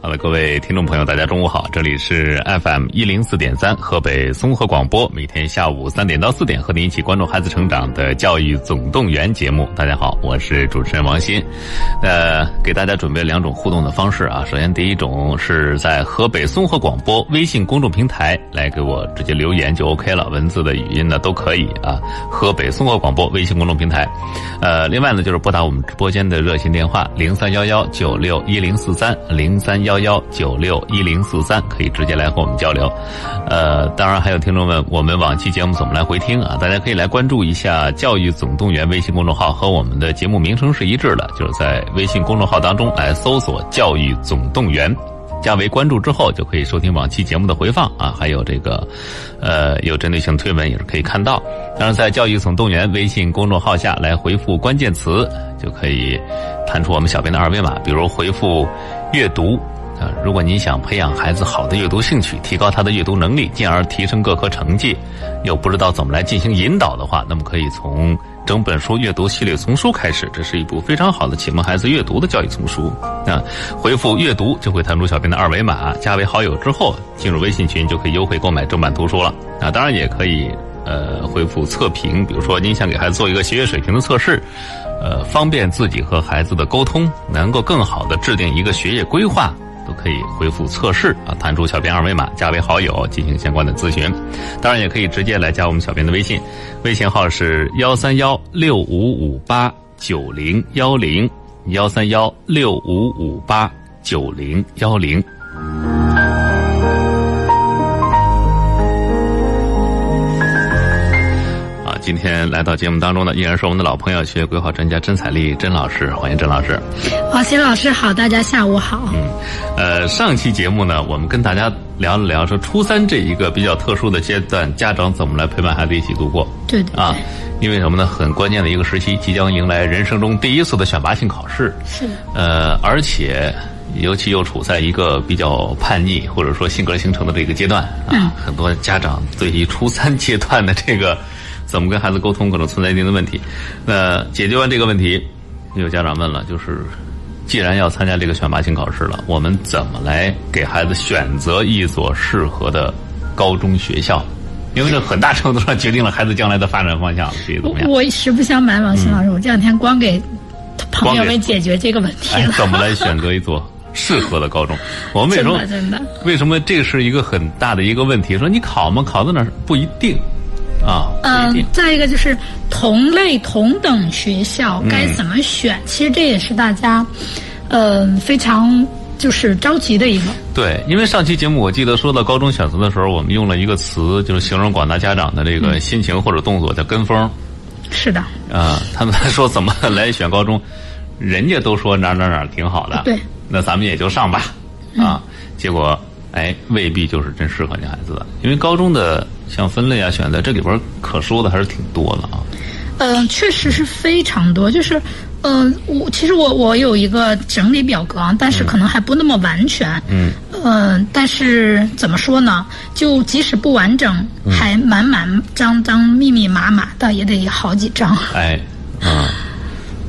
好了，各位听众朋友，大家中午好，这里是 FM 一零四点三河北综合广播，每天下午三点到四点和您一起关注孩子成长的教育总动员节目。大家好，我是主持人王鑫，呃，给大家准备了两种互动的方式啊。首先，第一种是在河北综合广播微信公众平台来给我直接留言就 OK 了，文字的、语音的都可以啊。河北综合广播微信公众平台，呃，另外呢就是拨打我们直播间的热线电话零三幺幺九六一零四三零三幺幺九六一零四三，可以直接来和我们交流。呃，当然还有听众问我们往期节目怎么来回听啊？大家可以来关注一下“教育总动员”微信公众号，和我们的节目名称是一致的，就是在微信公众号当中来搜索“教育总动员”。加为关注之后，就可以收听往期节目的回放啊，还有这个，呃，有针对性推文也是可以看到。当然，在“教育总动员”微信公众号下来回复关键词，就可以弹出我们小编的二维码，比如回复“阅读”。啊，如果您想培养孩子好的阅读兴趣，提高他的阅读能力，进而提升各科成绩，又不知道怎么来进行引导的话，那么可以从整本书阅读系列丛书开始，这是一部非常好的启蒙孩子阅读的教育丛书。啊，回复“阅读”就会弹出小编的二维码，加为好友之后，进入微信群就可以优惠购买正版图书了。啊，当然也可以。呃，回复测评，比如说您想给孩子做一个学业水平的测试，呃，方便自己和孩子的沟通，能够更好的制定一个学业规划，都可以回复测试啊，弹出小编二维码，加为好友进行相关的咨询。当然也可以直接来加我们小编的微信，微信号是幺三幺六五五八九零幺零幺三幺六五五八九零幺零。啊今天来到节目当中的依然是我们的老朋友，学业规划专家甄彩丽甄老师，欢迎甄老师。王鑫老师好，大家下午好。嗯，呃，上期节目呢，我们跟大家聊了聊说初三这一个比较特殊的阶段，家长怎么来陪伴孩子一起度过。对对对啊，因为什么呢？很关键的一个时期，即将迎来人生中第一次的选拔性考试。是呃，而且尤其又处在一个比较叛逆或者说性格形成的这个阶段啊，嗯很多家长对于初三阶段的这个怎么跟孩子沟通，可能存在一定的问题。那解决完这个问题，有家长问了，就是既然要参加这个选拔性考试了，我们怎么来给孩子选择一所适合的高中学校？因为这很大程度上决定了孩子将来的发展方向，了，这怎么样？我实不相瞒，王鑫老师，我这两天光给朋友光给们解决这个问题嗯哎了，，怎么来选择一所适合的高中？我们为真什么的真的。为什么这是一个很大的一个问题？说你考吗？考到哪儿不一定啊，不一定嗯。，再一个就是同类同等学校嗯该怎么选，其实这也是大家，嗯、非常就是着急的一个。对，因为上期节目我记得说到高中选择的时候，我们用了一个词，就是形容广大家长的这嗯个心情或者动作叫跟风是的，啊。他们在说怎么来选高中，人家都说哪儿哪儿哪儿挺好的，对，嗯那咱们也就上吧啊。结果哎，未必就是真适合你孩子的，因为高中的像分类啊、选择这里边儿可说的还是挺多的啊。嗯，确实是非常多，就是。嗯，我其实我我有一个整理表格啊，但是可能还不那么完全。嗯。呃，但是怎么说呢？就即使不完整，还满满张张、密密麻麻的，也得好几张。 哎，嗯，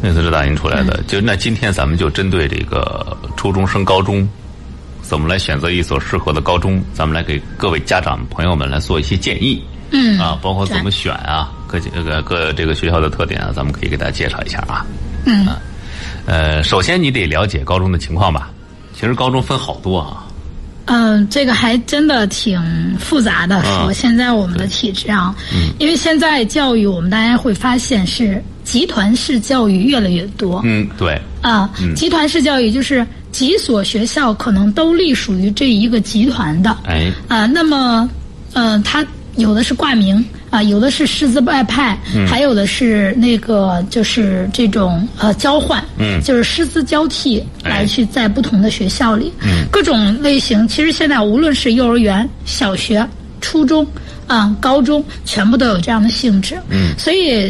那次是打印出来嗯的。就那今天咱们就针对这个初中升高中，怎么来选择一所适合的高中，咱们来给各位家长朋友们来做一些建议。嗯啊，包括怎么选啊，各这个各这个学校的特点啊，咱们可以给大家介绍一下啊。嗯啊，呃，首先你得了解高中的情况吧。其实高中分好多啊，嗯，这个还真的挺复杂的。啊说现在我们的体制啊，因为现在教育，我们大家会发现是集团式教育越来越多。嗯，对，啊，嗯集团式教育就是几所学校可能都隶属于这一个集团的。哎，啊，那么，呃，它有的是挂名啊，有的是师资外派，嗯还有的是那个就是这种呃交换，嗯就是师资交替哎来去在不同的学校里，嗯各种类型。其实现在无论是幼儿园、小学、初中，啊、高中，全部都有这样的性质，嗯，所以。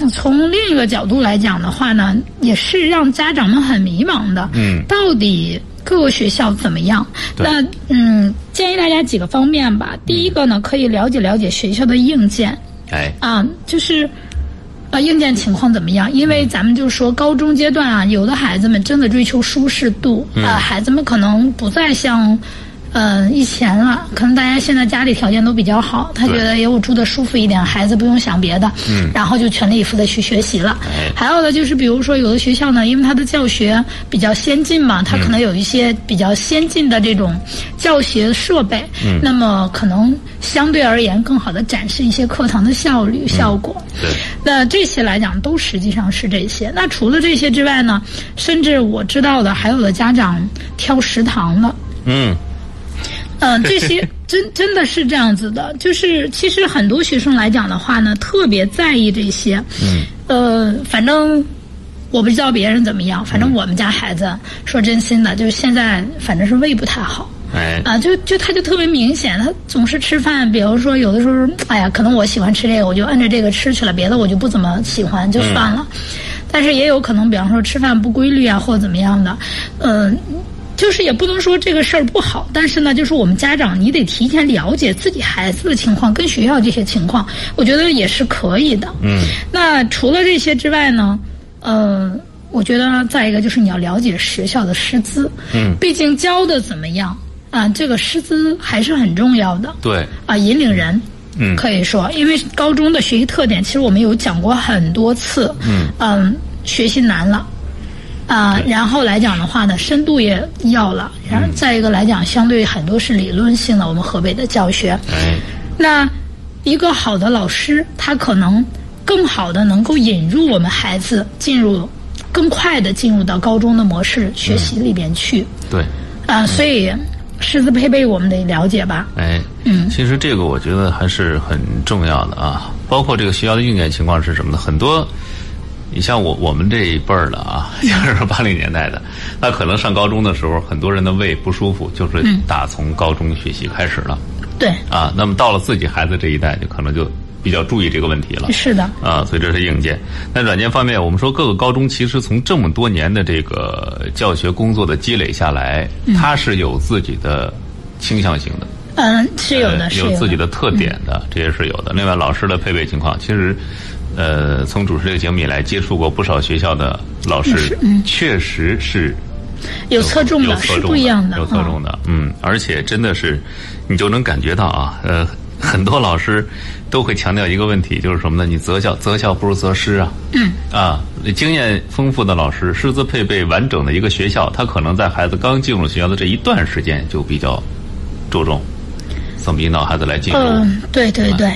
嗯从另一个角度来讲的话呢，也是让家长们很迷茫的。嗯到底各个学校怎么样？对嗯那嗯，建议大家几个方面吧。第一个呢，可以了解了解学校的硬件哎，啊，就是呃，硬件情况怎么样？因为咱们就说高中阶段啊，有的孩子们真的追求舒适度，呃，孩子们可能不再像。嗯，以前了，可能大家现在家里条件都比较好，他觉得也哎我住的舒服一点，孩子不用想别的，嗯，然后就全力以赴的去学习了。还有的就是，比如说有的学校呢，因为它的教学比较先进嘛，它可能有一些比较先进的这种教学设备，嗯，那么可能相对而言更好的展示一些课堂的效率效果。对，那这些来讲，都实际上是这些。那除了这些之外呢，甚至我知道的，还有的家长挑食堂了。嗯，嗯，这些真真的是这样子的，就是其实很多学生来讲的话呢，特别在意这些。嗯。呃，反正我不知道别人怎么样，反正我们家孩子，说真心的，就是现在反正是胃不太好。哎，啊，就就他就特别明显，他总是吃饭，比如说有的时候，哎呀，可能我喜欢吃这个，我就按着这个吃去了，别的我就不怎么喜欢，就算了。但是也有可能，比方说吃饭不规律啊，或者怎么样的，嗯、就是也不能说这个事儿不好，但是呢，就是我们家长你得提前了解自己孩子的情况跟学校这些情况，我觉得也是可以的。嗯，那除了这些之外呢，呃，我觉得再一个就是你要了解学校的师资，嗯，毕竟教的怎么样啊，这个师资还是很重要的。对，啊，引领人。嗯可以说，因为高中的学习特点，其实我们有讲过很多次。嗯，学习难了，啊、然后来讲的话呢，深度也要了，然后再一个来讲，相对很多是理论性的，我们河北的教学。哎，那一个好的老师，他可能更好的能够引入我们孩子进入更快的进入到高中的模式嗯学习里边去。对，啊、所以师资配备我们得了解吧。哎，嗯，其实这个我觉得还是很重要的啊，包括这个学校的硬件情况是什么呢？很多，你像我我们这一辈儿了啊，就是八零年代的，那可能上高中的时候，很多人的胃不舒服，就是打从高中学习开始了、对，啊。那么到了自己孩子这一代，就可能就比较注意这个问题了。是的，啊，所以这是硬件。那软件方面，我们说各个高中其实从这么多年的这个教学工作的积累下来，它是有自己的倾向性的，嗯，是有的，嗯呃是有有自己的特点的，这些是有的。另外，老师的配备情况，其实，呃，从主持这个节目以来，接触过不少学校的老师，嗯确实是有侧重的，有侧是重不一样的，啊有侧重的，嗯，而且真的是，你就能感觉到啊，呃，很多老师都会强调一个问题，就是什么呢？你择校，择校不如择师啊，嗯，啊，经验丰富的老师，师资配备完整的一个学校，他可能在孩子刚进入学校的这一段时间就比较注重，怎么引导孩子来进入，嗯，对对对，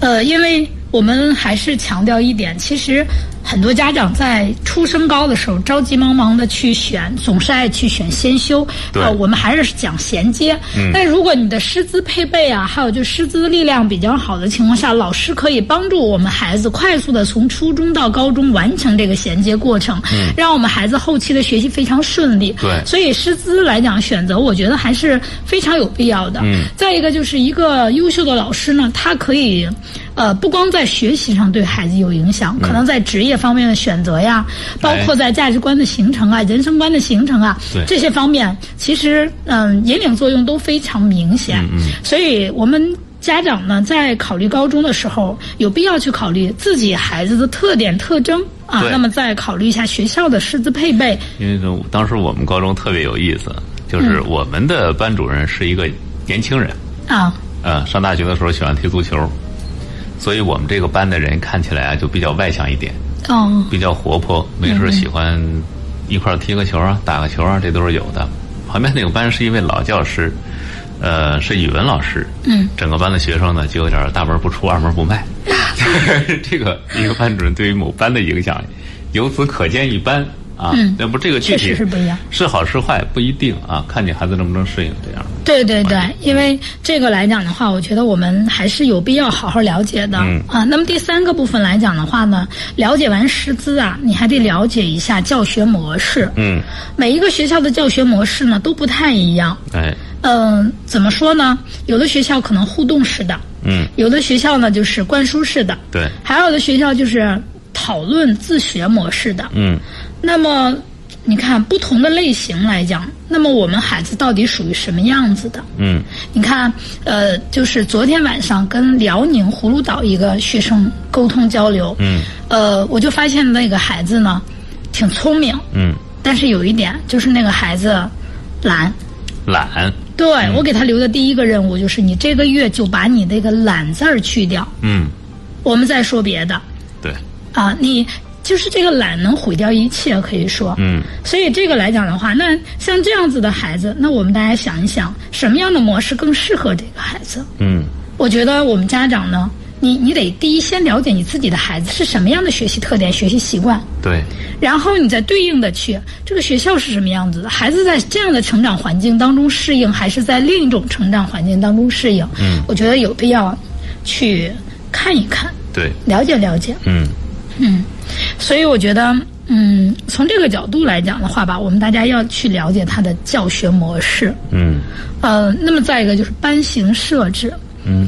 呃，因为我们还是强调一点，其实很多家长在初升高的时候着急忙忙的去选，总是爱去选先修。对呃，我们还是讲衔接。嗯，但如果你的师资配备啊，还有就师资力量比较好的情况下，老师可以帮助我们孩子快速的从初中到高中完成这个衔接过程，嗯、让我们孩子后期的学习非常顺利。对所以师资来讲选择，我觉得还是非常有必要的。嗯，再一个就是一个优秀的老师呢，他可以，呃，不光在学习上对孩子有影响，可能在职业方面的选择呀，包括在价值观的形成啊、人生观的形成啊对，这些方面，其实嗯、引领作用都非常明显。嗯所以我们。家长呢，在考虑高中的时候，有必要去考虑自己孩子的特点特征啊对，那么再考虑一下学校的师资配备，因为这当时我们高中特别有意思，就是嗯我们的班主任是一个年轻人。啊，呃，上大学的时候喜欢踢足球，所以我们这个班的人看起来啊就比较外向一点，哦，比较活泼，没嗯事儿喜欢一块儿踢个球啊、打个球啊，这都是有的。旁边那个班是一位老教师，呃，是语文老师，嗯，整个班的学生呢就有点大门不出二门不迈， 这个一个班主任对于某班的影响，由此可见一斑啊。那不这个具嗯确体实是不一样，是好是坏不一定啊，看你孩子能不能适应这样。对对对，嗯因为这个来讲的话，我觉得我们还是有必要好好了解的、嗯啊。那么第三个部分来讲的话呢，了解完师资啊，你还得了解一下教学模式。嗯，每一个学校的教学模式呢都不太一样。哎，嗯、怎么说呢？有的学校可能互动式的，嗯，有的学校呢就是灌输式的，对，还有的学校就是讨论自学模式的。嗯。那么你看不同的类型来讲，那么我们孩子到底属于什么样子的？嗯你看，呃，就是昨天晚上跟辽宁葫芦岛一个学生沟通交流，嗯，呃，我就发现那个孩子呢，挺聪明，嗯，但是有一点就是那个孩子懒。懒，对、我给他留的第一个任务就是，你这个月就把你那个懒字儿去掉，嗯，我们再说别的对，啊。你就是这个懒能毁掉一切，可以说，嗯所以这个来讲的话，那像这样子的孩子，那我们大家想一想，什么样的模式更适合这个孩子？嗯我觉得我们家长呢，你你得第一先了解你自己的孩子是什么样的学习特点、学习习惯，对，然后你再对应的去这个学校是什么样子的，孩子在这样的成长环境当中适应，还是在另一种成长环境当中适应？嗯，我觉得有必要去看一看，对，了解了解。嗯所以我觉得，嗯，从这个角度来讲的话吧，我们大家要去了解他的教学模式。嗯呃，那么再一个就是班型设置，嗯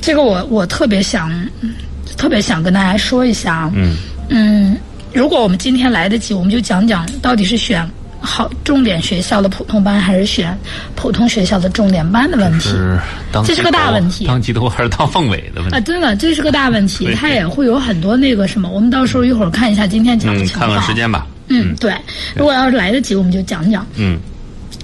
这个我我特别想，嗯特别想跟大家说一下啊。嗯嗯，如果我们今天来得及，我们就讲讲到底是选好重点学校的普通班，还是选普通学校的重点班的问题。是当这是个鸡头大问题当鸡头还是当凤尾的问啊，题？真的，这是个大问题对，它也会有很多那个什么，我们到时候一会儿看一下今天讲的嗯，情看况。看时间吧。嗯，对，如果要是来得及，我们就讲讲。嗯，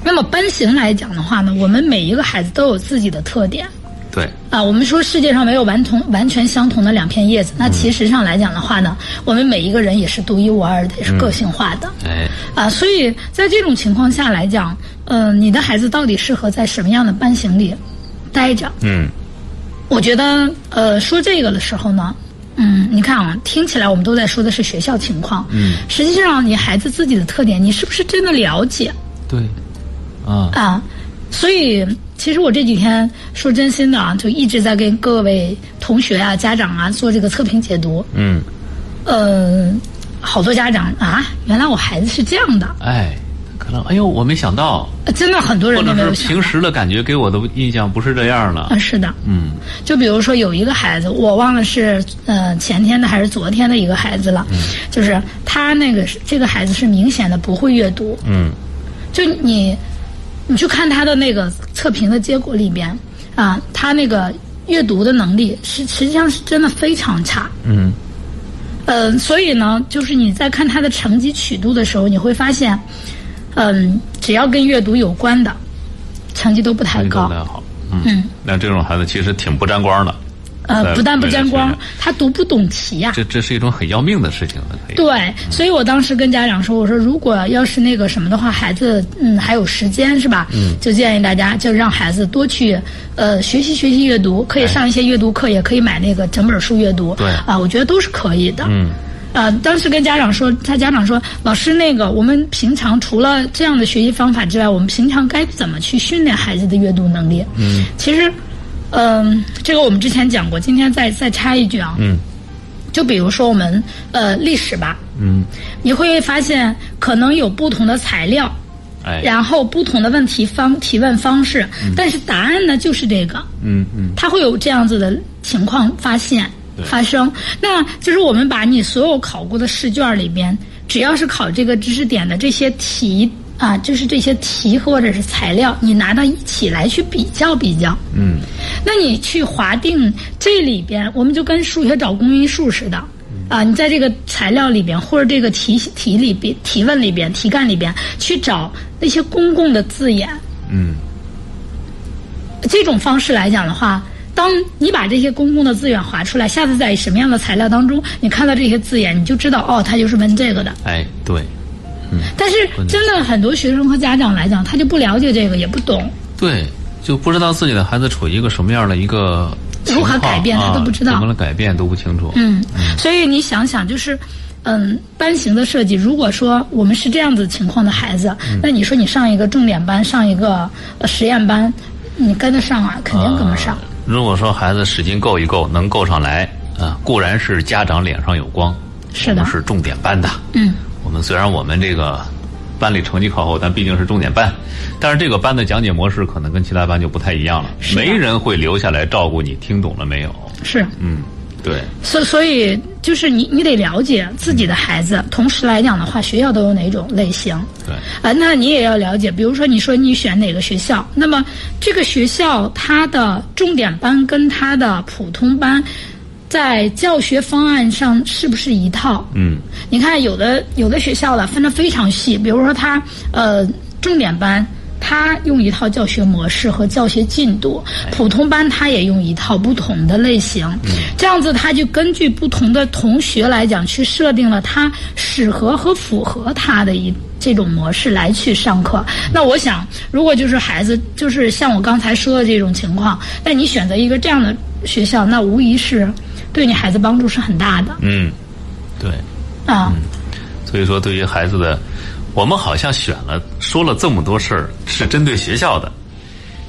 那么班型来讲的话呢，我们每一个孩子都有自己的特点对，啊。我们说世界上没有完同完全相同的两片叶子，那其实上来讲的话呢，我们每一个人也是独一无二的，也是个性化的。哎，啊，所以在这种情况下来讲，嗯、你的孩子到底适合在什么样的班型里待着？嗯我觉得，呃，说这个的时候呢，嗯，你看啊，听起来我们都在说的是学校情况，嗯，实际上你孩子自己的特点，你是不是真的了解对，啊，啊？所以，其实我这几天说真心的啊，就一直在跟各位同学啊、家长啊做这个测评解读，嗯，呃，好多家长啊，原来我孩子是这样的，呃哎，可能，哎呦，我没想到，真的很多或人都没有者是想平时的感觉给我的印象不是这样了啊，。是的，嗯就比如说有一个孩子，我忘了是呃前天的还是昨天的一个孩子了，就是他那个是这个孩子是明显的不会阅读，嗯就你你去看他的那个测评的结果里边啊，他那个阅读的能力是实际上是真的非常差。嗯嗯，所以呢，就是你在看他的成绩曲度的时候，你会发现，嗯，只要跟阅读有关的，成绩都不太运高动。的好。嗯，那这种孩子其实挺不沾光的。呃，在不但不未来沾学光院，他读不懂题呀、这这是一种很要命的事情了，可以。对，所以我当时跟家长说，我说如果要是那个什么的话，孩子嗯还有时间是吧？嗯，就建议大家就让孩子多去呃学习学习阅读，可以上一些阅读课，也可以买那个整本书阅读。对啊，我觉得都是可以的。嗯。呃，当时跟家长说，他家长说，老师，那个我们平常除了这样的学习方法之外，我们平常该怎么去训练孩子的阅读能力？嗯，其实，嗯、这个我们之前讲过，今天再再插一句啊，嗯就比如说我们呃历史吧，嗯，你会发现可能有不同的材料，哎，然后不同的问题方提问方式，但是答案呢就是这个，嗯嗯，它会有这样子的情况发现对发生。那就是我们把你所有考过的试卷里边，只要是考这个知识点的这些题啊，就是这些题或者是材料，你拿到一起来去比较比较，嗯那你去划定这里边，我们就跟数学找公因数似的。嗯啊，你在这个材料里边，或者这个题题里边、提问里边、题干里边去找那些公共的字眼，嗯，这种方式来讲的话，当你把这些公共的字眼划出来，下次在什么样的材料当中，你看到这些字眼，你就知道哦，他就是问这个的。哎，对但是真的很多学生和家长来讲，他就不了解这个，也不懂对，就不知道自己的孩子处于一个什么样的一个情况如何改变他啊都不知道怎么来改变都不清楚。嗯，所以你想想，就是，嗯，班型的设计，如果说我们是这样子情况的孩子，那你说你上一个重点班，上一个呃实验班，你跟得上啊？肯定跟不上。啊如果说孩子使劲够一够，能够上来啊，固然是家长脸上有光，是我的们是重点班的。嗯，我们虽然我们这个班里成绩靠后，但毕竟是重点班，但是这个班的讲解模式可能跟其他班就不太一样了，是的没人会留下来照顾你听懂了没有。是。嗯，对，所所以就是你你得了解自己的孩子，同时来讲的话，学校都有哪种类型。对，啊，那你也要了解，比如说你说你选哪个学校，那么这个学校它的重点班跟它的普通班，在教学方案上是不是一套？嗯，你看有的有的学校了分得非常细，比如说它呃重点班。它用一套教学模式和教学进度，普通班它也用一套不同的类型，这样子它就根据不同的同学来讲去设定了它适合和符合他的一这种模式来去上课。那我想，如果就是孩子就是像我刚才说的这种情况，那你选择一个这样的学校，那无疑是对你孩子帮助是很大的嗯，对，啊。所以说对于孩子的，我们好像选了说了这么多事儿是针对学校的，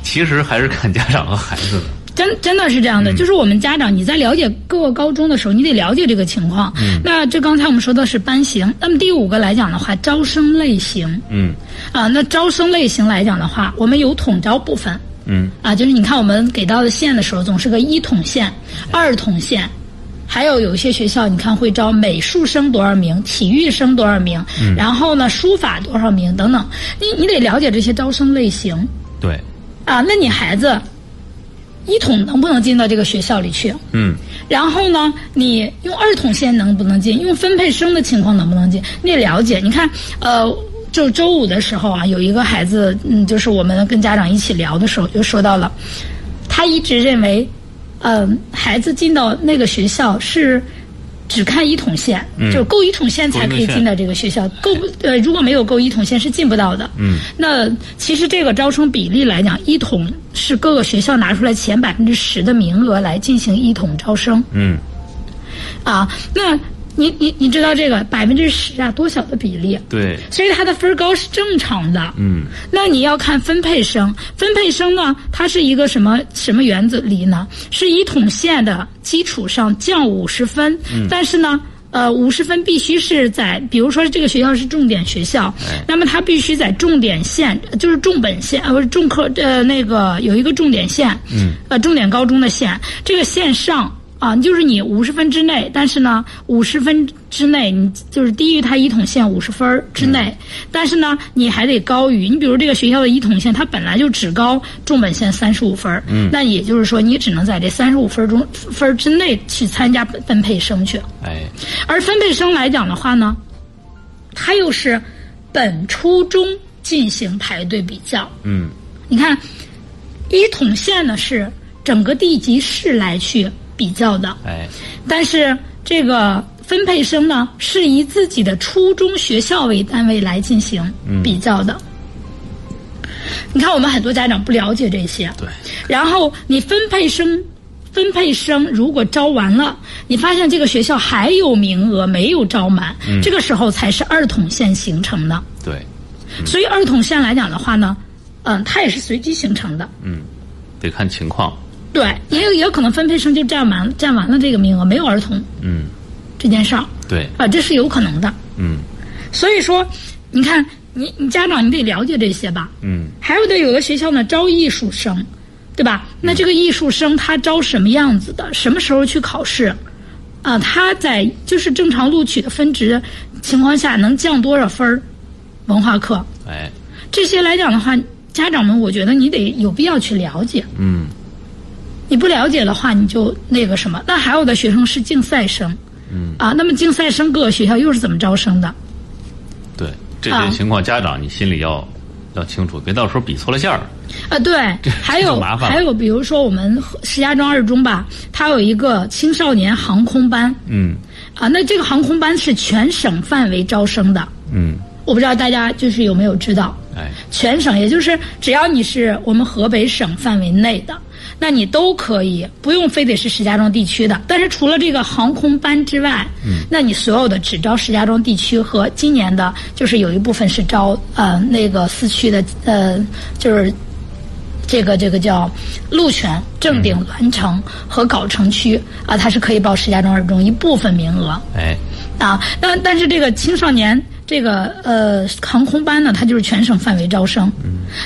其实还是看家长和孩子的。真真的是这样嗯的，就是我们家长你在了解各个高中的时候，你得了解这个情况。嗯那这刚才我们说的是班型，那么第五个来讲的话，招生类型嗯啊，那招生类型来讲的话，我们有统招部分嗯啊，就是你看我们给到的线的时候，总是个一统线、二统线。还有有一些学校，你看会招美术生多少名，体育生多少名，嗯然后呢，书法多少名等等，你你得了解这些招生类型。对，啊，那你孩子一统能不能进到这个学校里去？嗯然后呢，你用二统线能不能进？用分配生的情况能不能进？你得了解。你看，呃，就周五的时候啊，有一个孩子，嗯，就是我们跟家长一起聊的时候，就说到了，他一直认为，嗯、孩子进到那个学校是。只看一统线，就嗯够一统线才可以进到这个学校，够不呃，如果没有够一统线是进不到的。嗯，那其实这个招生比例来讲，一统是各个学校拿出来前百分之十的名额来进行一统招生嗯啊。那你你你知道这个百分之十啊多小的比例，对，所以它的分儿高是正常的。嗯那你要看分配生，分配生呢，它是一个什么什么原则里呢？是以统线的基础上降五十分，嗯但是呢。呃，五十分必须是在，比如说这个学校是重点学校，哎那么它必须在重点线，就是重本线，呃，不是重科，呃，那个有一个重点线，嗯，呃，重点高中的线，这个线上啊，就是你五十分之内，但是呢，五十分之内，你就是低于它一统线五十分儿之内，但是呢，你还得高于你，比如这个学校的一统线，它本来就只高重本线三十五分，嗯，那也就是说，你只能在这三十五分中分儿之内去参加分配生去，哎而分配生来讲的话呢，它又是本初中进行排队比较，嗯你看，一统线呢是整个地级市来去比较的，哎但是这个分配生呢，是以自己的初中学校为单位来进行嗯比较的。你看，我们很多家长不了解这些，对，然后你分配生。分配生如果招完了，你发现这个学校还有名额没有招满，嗯这个时候才是二统线形成的。对，嗯所以二统线来讲的话呢，嗯、它也是随机形成的。嗯得看情况。对，也有也有可能分配生就占完占完了这个名额，没有儿童嗯，这件事儿。对，啊，这是有可能的。嗯所以说，你看，你你家长你得了解这些吧。嗯还有的有的学校呢招艺术生，对吧？那这个艺术生他招什么样子的？什么时候去考试？啊，他在就是正常录取的分值情况下能降多少分儿？文化课哎这些来讲的话，家长们我觉得你得有必要去了解。嗯你不了解的话，你就那个什么。那还有的学生是竞赛生，嗯啊，那么竞赛生各个学校又是怎么招生的？对，这啊些情况家长你心里要要清楚，别到时候比错了线儿。啊，对，还有就麻烦了还有，比如说我们石家庄二中吧，它有一个青少年航空班嗯啊，那这个航空班是全省范围招生的，嗯，我不知道大家就是有没有知道，哎全省也就是只要你是我们河北省范围内的，那你都可以，不用非得是石家庄地区的。但是除了这个航空班之外，嗯，那你所有的只招石家庄地区和今年的，就是有一部分是招呃那个四区的呃就是。这个这个叫鹿泉、正定、栾城和藁城区啊，它是可以报石家庄二中一部分名额。哎，啊，但但是这个青少年这个呃航空班呢，它就是全省范围招生。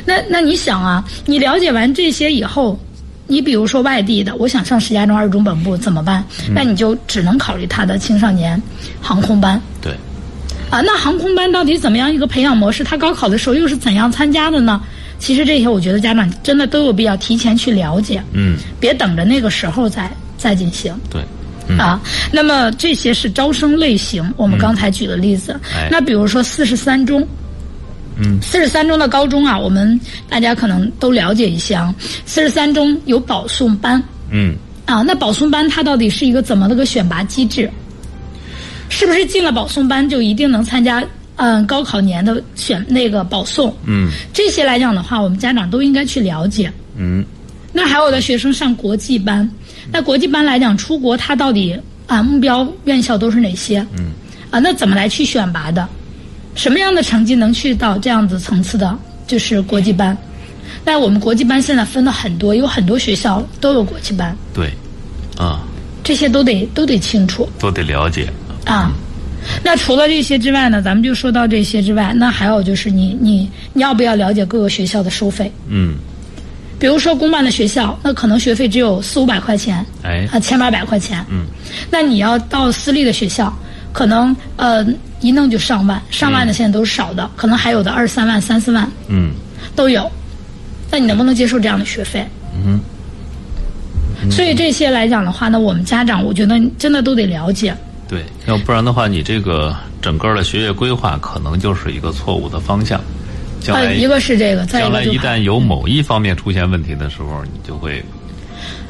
那那你想啊，你了解完这些以后，你比如说外地的，我想上石家庄二中本部怎么办？那你就只能考虑他的青少年航空班。对，啊，那航空班到底怎么样一个培养模式？他高考的时候又是怎样参加的呢？其实这些，我觉得家长真的都有必要提前去了解，嗯，别等着那个时候再再进行。对，啊，那么这些是招生类型，我们刚才举的例子。嗯哎那比如说四十三中，嗯，四十三中的高中啊，我们大家可能都了解一下啊。四十三中有保送班嗯，啊，那保送班它到底是一个怎么的个选拔机制？是不是进了保送班就一定能参加嗯高考年的选那个保送？嗯，这些来讲的话，我们家长都应该去了解。嗯，那还有的学生上国际班，那国际班来讲，出国他到底啊目标院校都是哪些？嗯，啊，那怎么来去选拔的？什么样的成绩能去到这样子层次的，就是国际班？那我们国际班现在分了很多，有很多学校都有国际班，对，啊，这些都得都得清楚都得了解，啊。那除了这些之外呢，咱们就说到这些之外，那还有就是你你你要不要了解各个学校的收费？嗯，比如说公办的学校，那可能学费只有四五百块钱，哎啊，千八百块钱，嗯，那你要到私立的学校，可能呃一弄就上万，上万的现在都是少的，可能还有的二三万、三四万嗯，都有，那你能不能接受这样的学费？嗯，所以这些来讲的话呢，我们家长我觉得真的都得了解，对，要不然的话，你这个整个的学业规划可能就是一个错误的方向，将呃，来一个是这个，再将一来个一就旦有某一方面出现问题的时候，你就会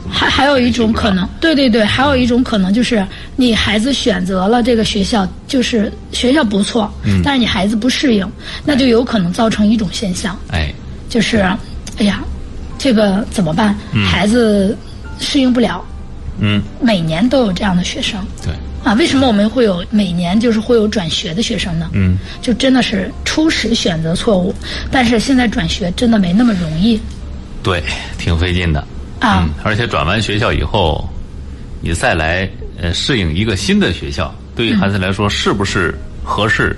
还还有一种可能，对对对，还有一种可能就是你孩子选择了这个学校，就是学校不错，但是你孩子不适应，那就有可能造成一种现象，哎，就是，哎呀，这个怎么办？孩子适应不了，嗯，每年都有这样的学生对，啊。为什么我们会有每年就是会有转学的学生呢？嗯，就真的是初始选择错误，但是现在转学真的没那么容易对，挺费劲的。啊。嗯，而且转完学校以后，你再来呃适应一个新的学校，对于孩子来说是不是合适，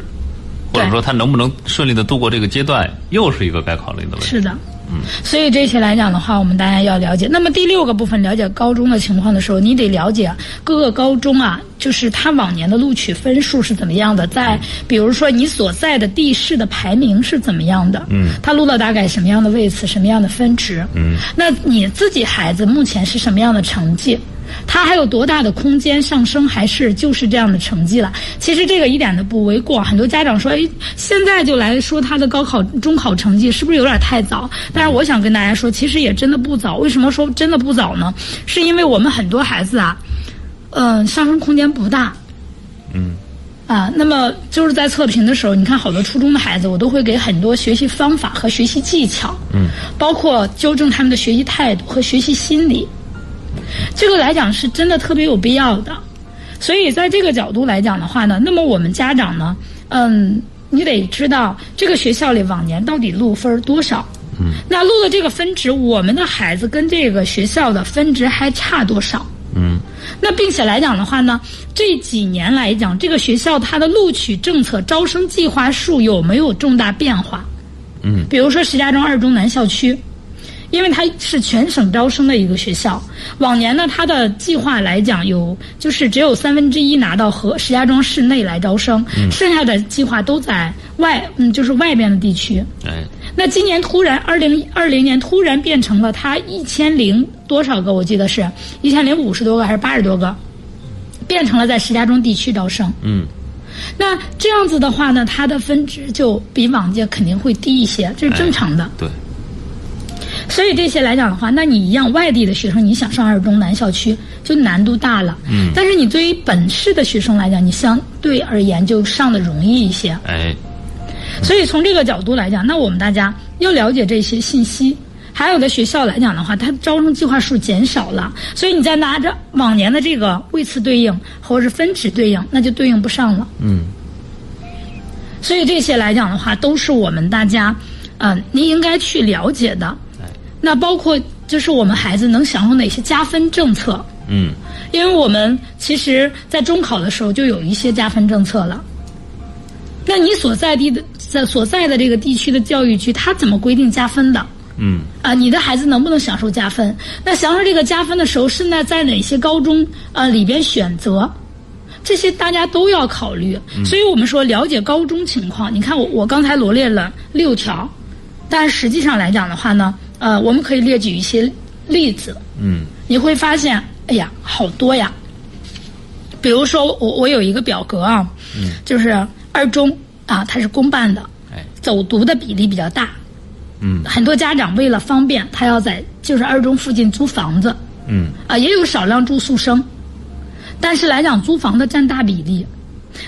或者嗯对说他能不能顺利的度过这个阶段，又是一个该考虑的问题。是的，嗯，所以这些来讲的话，我们大家要了解。那么第六个部分，了解高中的情况的时候，你得了解啊各个高中啊，就是它往年的录取分数是怎么样的，在比如说你所在的地市的排名是怎么样的，嗯，它录了大概什么样的位次，什么样的分值，嗯，那你自己孩子目前是什么样的成绩？他还有多大的空间上升，还是就是这样的成绩了？其实这个一点都不为过。很多家长说，哎，现在就来说他的高考、中考成绩是不是有点太早？但是我想跟大家说，其实也真的不早。为什么说真的不早呢？是因为我们很多孩子啊，嗯、上升空间不大。嗯。啊，那么就是在测评的时候，你看好多初中的孩子，我都会给很多学习方法和学习技巧，嗯，包括纠正他们的学习态度和学习心理。这个来讲是真的特别有必要的。所以在这个角度来讲的话呢，那么我们家长呢，嗯，你得知道这个学校里往年到底录分儿多少。嗯，那录的这个分值，我们的孩子跟这个学校的分值还差多少？嗯，那并且来讲的话呢，这几年来讲，这个学校它的录取政策、招生计划数有没有重大变化？嗯，比如说石家庄二中南校区，因为它是全省招生的一个学校。往年呢，它的计划来讲有，就是只有三分之一拿到和石家庄市内来招生，剩下的计划都在外，嗯，就是外边的地区。哎，那今年突然，二零二零年突然变成了它一千零多少个？我记得是一千零五十多个还是八十多个，变成了在石家庄地区招生。嗯，那这样子的话呢，它的分值就比往届肯定会低一些，这是正常的。对，所以这些来讲的话，那你一样，外地的学生你想上二中南校区就难度大了。嗯，但是你对于本市的学生来讲，你相对而言就上的容易一些。哎，所以从这个角度来讲，那我们大家要了解这些信息。还有的学校来讲的话，它招生计划数减少了，所以你再拿着往年的这个位次对应或者是分值对应，那就对应不上了。嗯，所以这些来讲的话，都是我们大家，嗯、您应该去了解的。那包括就是我们孩子能享有哪些加分政策，嗯，因为我们其实，在中考的时候就有一些加分政策了。那你所在地的在所在的这个地区的教育局，它怎么规定加分的？嗯啊，你的孩子能不能享受加分？那享受这个加分的时候，是那在哪些高中啊里边选择？这些大家都要考虑。所以我们说了解高中情况。你看我我刚才罗列了六条，但实际上来讲的话呢，呃，我们可以列举一些例子，嗯你会发现，哎呀，好多呀。比如说我我有一个表格啊，就是二中啊，它是公办的，哎走读的比例比较大，嗯很多家长为了方便，他要在就是二中附近租房子，嗯啊，也有少量住宿生，但是来讲租房的占大比例。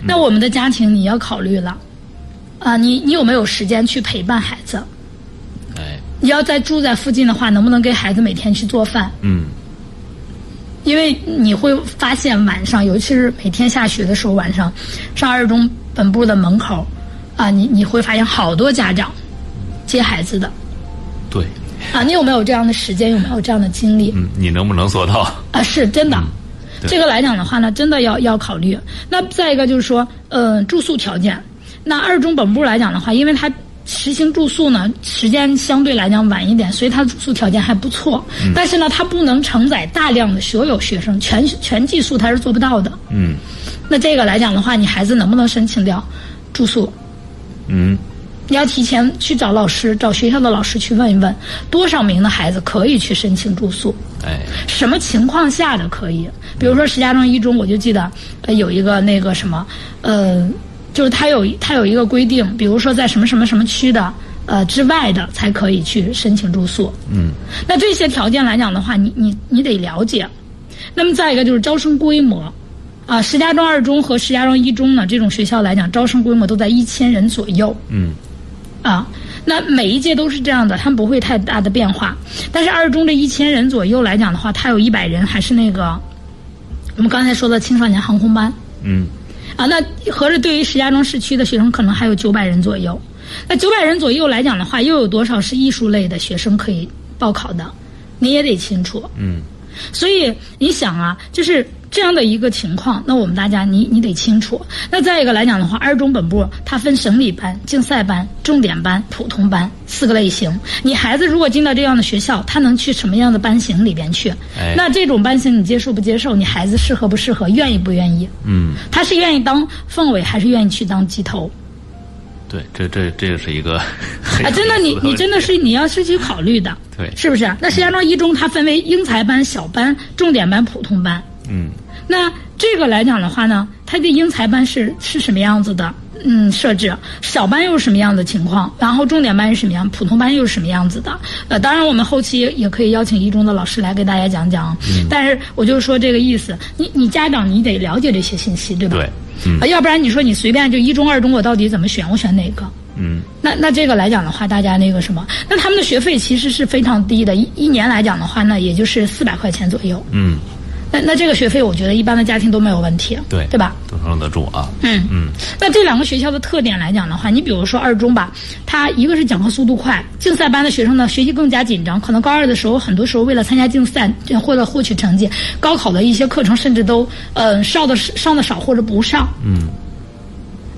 那我们的家庭你要考虑了，啊，你你有没有时间去陪伴孩子？哎你要在住在附近的话，能不能给孩子每天去做饭？嗯因为你会发现晚上，尤其是每天下雪的时候，晚上上二中本部的门口，啊，你你会发现好多家长接孩子的对，啊，你有没有这样的时间？有没有这样的精力？嗯，你能不能做到？啊，是真的。对这个来讲的话呢，真的要要考虑。那再一个就是说，呃，住宿条件。那二中本部来讲的话，因为它实行住宿呢，时间相对来讲晚一点，所以它住宿条件还不错。但是呢，它不能承载大量的所有学生，全全寄宿它是做不到的。嗯那这个来讲的话，你孩子能不能申请掉住宿？嗯你要提前去找老师，找学校的老师去问一问，多少名的孩子可以去申请住宿？哎什么情况下的可以？比如说石家庄一中，我就记得、呃、有一个那个什么，呃，就是它有它有一个规定，比如说在什么什么什么区的呃之外的才可以去申请住宿。嗯那这些条件来讲的话，你你你得了解。那么再一个就是招生规模，啊，石家庄二中和石家庄一中呢，这种学校来讲，招生规模都在一千人左右。嗯啊，那每一届都是这样的，他们不会太大的变化。但是二中这一千人左右来讲的话，它有一百人还是那个我们刚才说的青少年航空班嗯啊，那合着对于石家庄市区的学生，可能还有九百人左右。那九百人左右来讲的话，又有多少是艺术类的学生可以报考的？你也得清楚。嗯所以你想啊，就是这样的一个情况，那我们大家你你得清楚。那再一个来讲的话，二中本部它分省里班、竞赛班、重点班、普通班四个类型。你孩子如果进到这样的学校，他能去什么样的班型里边去？哎那这种班型你接受不接受？你孩子适合不适合？愿意不愿意？嗯，他是愿意当凤尾，还是愿意去当鸡头？对，这这这个是一 个啊，真 的，你你真的是你要是去考虑的，对是不是？那石家庄一中它分为英才班、小班、重点班、普通班。嗯那这个来讲的话呢，它的英才班是是什么样子的？嗯，设置小班又是什么样的情况？然后重点班是什么样？普通班又是什么样子的？呃，当然我们后期也可以邀请一中的老师来给大家讲讲。嗯但是我就说这个意思，你你家长你得了解这些信息，对吧？对嗯啊，要不然你说你随便就一中、二中，我到底怎么选？我选哪个？嗯那那这个来讲的话，大家那个什么，那他们的学费其实是非常低的，一一年来讲的话呢，也就是四百块钱左右。嗯，那那这个学费，我觉得一般的家庭都没有问题，对对吧？都承受得住啊。嗯嗯，那这两个学校的特点来讲的话，你比如说二中吧，它一个是讲课速度快，竞赛班的学生呢学习更加紧张，可能高二的时候，很多时候为了参加竞赛呃或者获取成绩，高考的一些课程甚至都呃上的上的少或者不上。嗯。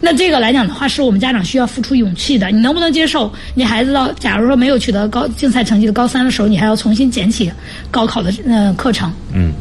那这个来讲的话，是我们家长需要付出勇气的。你能不能接受你孩子到，假如说没有取得高竞赛成绩的高三的时候，你还要重新捡起高考的呃课程？嗯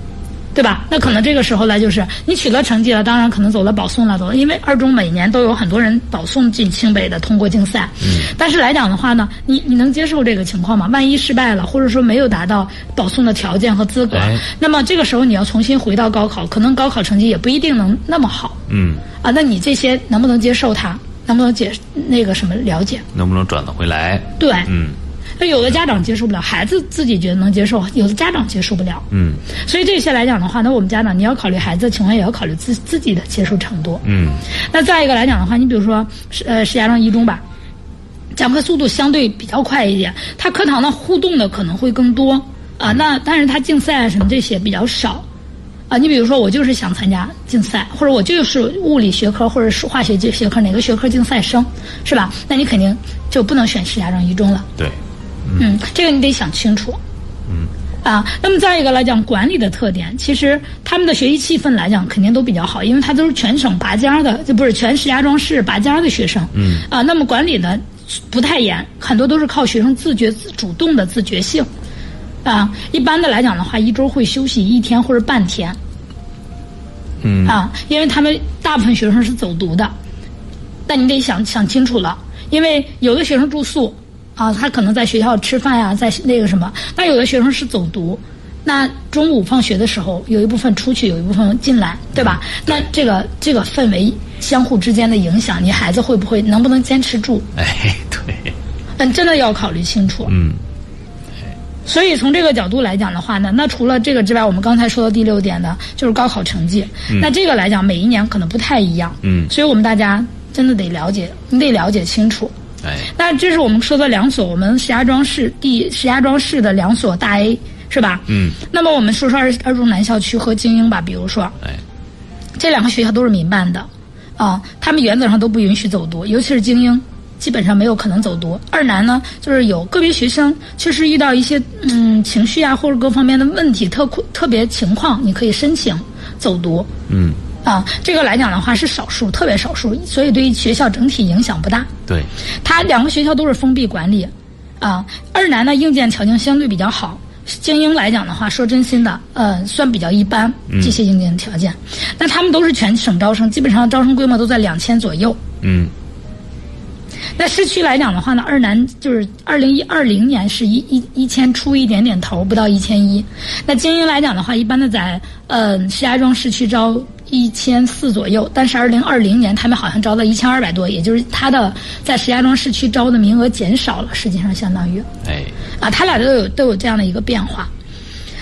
对吧？那可能这个时候呢，就是你取得成绩了，当然可能走了保送了，走了，因为二中每年都有很多人保送进清北的，通过竞赛。嗯但是来讲的话呢，你你能接受这个情况吗？万一失败了，或者说没有达到保送的条件和资格，哎那么这个时候你要重新回到高考，可能高考成绩也不一定能那么好嗯，啊。那你这些能不能接受它？能不能解那个什么了解？能不能转得回来？对，嗯那有的家长接受不了，孩子自己觉得能接受，有的家长接受不了。嗯所以这些来讲的话，那我们家长你要考虑孩子的情况，也要考虑自自己的接受程度。嗯那再一个来讲的话，你比如说石呃石家庄一中吧，讲课速度相对比较快一点，他课堂的互动的可能会更多啊。那但是他竞赛啊什么这些比较少啊。你比如说我就是想参加竞赛，或者我就是物理学科或者是化学这学科哪个学科竞赛生，是吧？那你肯定就不能选石家庄一中了。对，嗯，这个你得想清楚。嗯啊，那么再一个来讲管理的特点，其实他们的学习气氛来讲肯定都比较好，因为他都是全省拔尖儿的，这不是全石家庄市拔尖儿的学生。嗯啊，那么管理呢不太严，很多都是靠学生自觉、自主动的自觉性。啊，一般的来讲的话，一周会休息一天或者半天。嗯啊，因为他们大部分学生是走读的，但你得想想清楚了，因为有的学生住宿啊，他可能在学校吃饭呀、在那个什么，那有的学生是走读。那中午放学的时候，有一部分出去，有一部分进来，对吧？那这个这个氛围相互之间的影响，你孩子会不会能不能坚持住？哎，对，嗯，真的要考虑清楚。嗯所以从这个角度来讲的话呢，那除了这个之外，我们刚才说的第六点呢，就是高考成绩。那这个来讲，每一年可能不太一样。嗯，所以我们大家真的得了解，你得了解清楚。哎，那这是我们说的两所，我们石家庄市第石家庄市的两所大 A 是吧？嗯，那么我们说说二二中南校区和精英吧，比如说哎，这两个学校都是民办的，啊，他们原则上都不允许走读，尤其是精英，基本上没有可能走读。二难呢，就是有个别学生确实遇到一些嗯情绪啊或者各方面的问题特困特别情况，你可以申请走读。嗯，啊，这个来讲的话是少数，特别少数，所以对学校整体影响不大。对，它两个学校都是封闭管理，啊，二南呢硬件条件相对比较好，精英来讲的话，说真心的，呃，算比较一般这些硬件条件。那他们都是全省招生，基本上招生规模都在两千左右。嗯那市区来讲的话呢，二南就是二零一二零年是一一一千出一点点头，不到一千一。那精英来讲的话，一般的在呃石家庄市区招一千四左右，但是二零二零年他们好像招到一千二百多，也就是他的在石家庄市区招的名额减少了，实际上相当于。哎，啊，他俩都有都有这样的一个变化。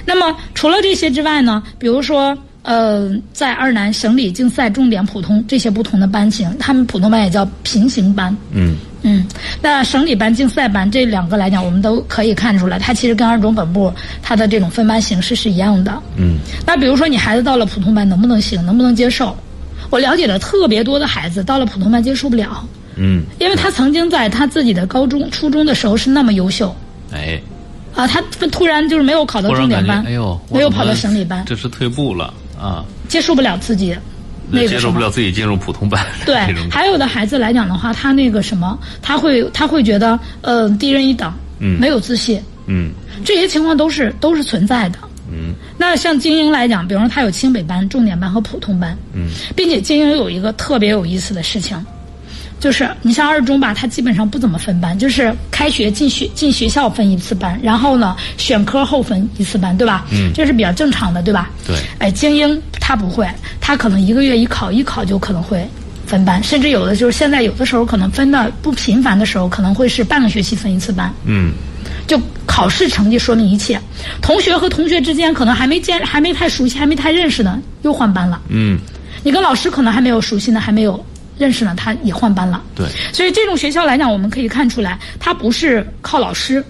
那么除了这些之外呢，比如说，呃，在二南省里竞赛重点普通这些不同的班型，他们普通班也叫平行班。嗯嗯，那省里班、竞赛班这两个来讲，我们都可以看出来，它其实跟二中本部它的这种分班形式是一样的。嗯那比如说你孩子到了普通班能不能行，能不能接受？我了解了特别多的孩子到了普通班接受不了，嗯，因为他曾经在他自己的高中、初中的时候是那么优秀，哎，啊，他突然就是没有考到忽重然点感觉班，，哎呦，我没有怎跑么到省里班，这是退步了啊，接受不了自己那接个什受不么。了自己进入普通班，对 这种，感觉还有的孩子来讲的话，他那个什么，他会他会觉得，呃，低人一等，嗯没有自信，嗯这些情况都是都是存在的。嗯那像精英来讲，比方说他有清北班、重点班和普通班，嗯，并且精英有一个特别有意思的事情，就是你像二中吧，它基本上不怎么分班，就是开学进学进学校分一次班，然后呢选科后分一次班，对吧？嗯这是比较正常的，对吧？对哎，精英他不会，他可能一个月一考一考就可能会。分班，甚至有的就是现在有的时候可能分的不频繁的时候，可能会是半个学期分一次班。嗯，就考试成绩说明一切。同学和同学之间可能还没见，还没太熟悉，还没太认识呢，又换班了。嗯，你跟老师可能还没有熟悉呢，还没有认识呢，他也换班了。对，所以这种学校来讲，我们可以看出来，它不是靠老师，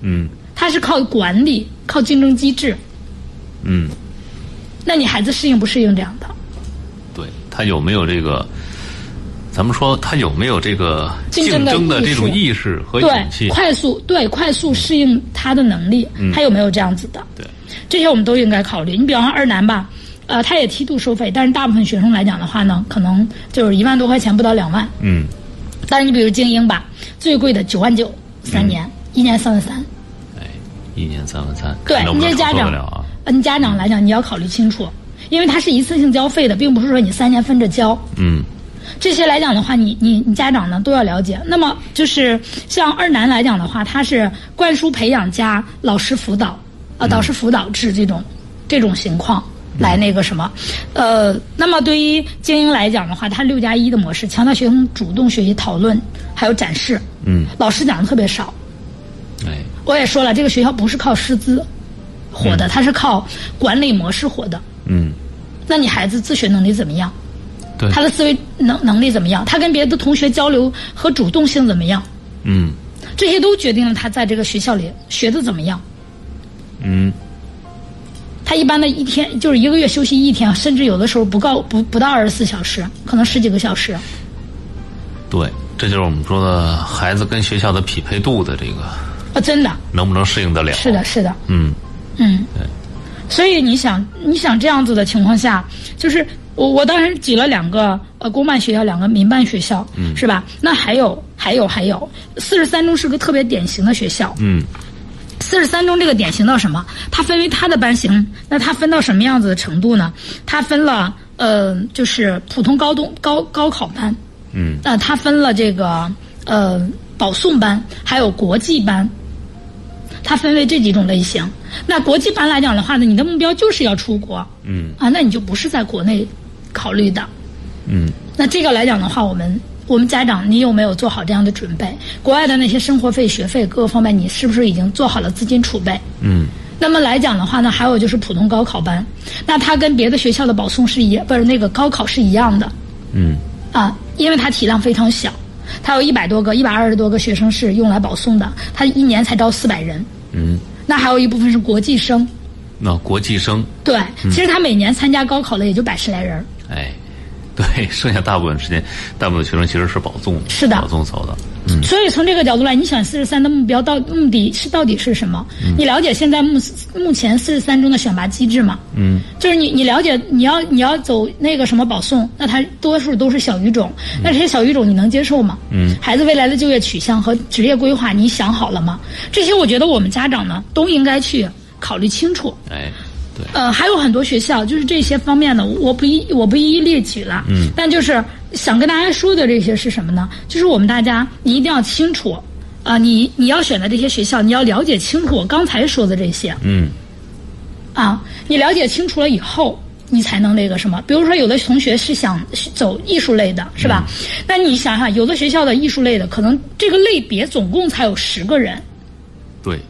嗯它是靠管理、靠竞争机制。嗯，那你孩子适应不适应这样的对他有没有这个？咱们说他有没有这个竞竞争争的的意这种识意识和勇对气？嗯快速对快速适应他的能力，他有没有这样子的？对，这些我们都应该考虑。你比方说二南吧，呃，他也梯度收费，但是大部分学生来讲的话呢，可能就是一万多块钱不到两万。嗯但是你比如精英吧，最贵的九万九三年，一年三万三。哎，一年三万三，对看能你不这能家承受得长了啊？呃，你家长来讲，你要考虑清楚，因为它是一次性交费的，并不是说你三年分着交。嗯这些来讲的话，你你你家长呢都要了解。那么就是像二南来讲的话，它是灌输培养加老师辅导，呃，导师辅导制这种这种情况来那个什么，呃，那么对于精英来讲的话，它六加一的模式强调学生主动学习、讨论还有展示，嗯，老师讲的特别少。哎，我也说了，这个学校不是靠师资火的，它是靠管理模式火的。嗯，那你孩子自学能力怎么样？对，他的思维能能力怎么样？他跟别的同学交流和主动性怎么样？嗯这些都决定了他在这个学校里学的怎么样。嗯他一般的一天就是一个月休息一天，甚至有的时候不够不不到二十四小时，可能十几个小时。对，这就是我们说的孩子跟学校的匹配度的这个啊，真的能不能适应得了？是的，是的，嗯嗯。所以你想，你想这样子的情况下，就是我我当时挤了两个呃公办学校，两个民办学校，嗯、是吧？那还有还有还有，四十三中是个特别典型的学校，嗯，四十三中这个典型到什么？它分为它的班型，那它分到什么样子的程度呢？它分了呃，就是普通高中高高考班，嗯，那、它分了这个呃保送班，还有国际班，它分为这几种类型。那国际班来讲的话呢，你的目标就是要出国，嗯啊，那你就不是在国内考虑的。嗯那这个来讲的话，我们我们家长，你有没有做好这样的准备？国外的那些生活费、学费各个方面，你是不是已经做好了资金储备？嗯那么来讲的话呢，还有就是普通高考班，那它跟别的学校的保送是一不是那个高考是一样的嗯啊，因为它体量非常小，它有一百多个、一百二十多个学生是用来保送的，它一年才招四百人。嗯，那还有一部分是国际生，那国际生，对，其实他每年参加高考的也就百十来人儿。哎，对，剩下大部分时间，大部分学生其实是保送，是的保送走的，所以从这个角度来，你选四十三的目标到目的是到底是什么？嗯你了解现在目目前四十三中的选拔机制吗？嗯就是你你了解你要你要走那个什么保送，那它多数都是小语种，那这些小语种你能接受吗？嗯，孩子未来的就业取向和职业规划你想好了吗？这些我觉得我们家长呢都应该去考虑清楚。哎，对，呃，还有很多学校，就是这些方面的，我不一我不一一列举了。嗯但就是想跟大家说的这些是什么呢？就是我们大家，你一定要清楚，啊、你你要选择这些学校，你要了解清楚我刚才说的这些嗯啊，你了解清楚了以后。你才能那个什么，比如说有的同学是想走艺术类的，是吧？嗯那你想想，有的学校的艺术类的，可能这个类别总共才有十个人，对，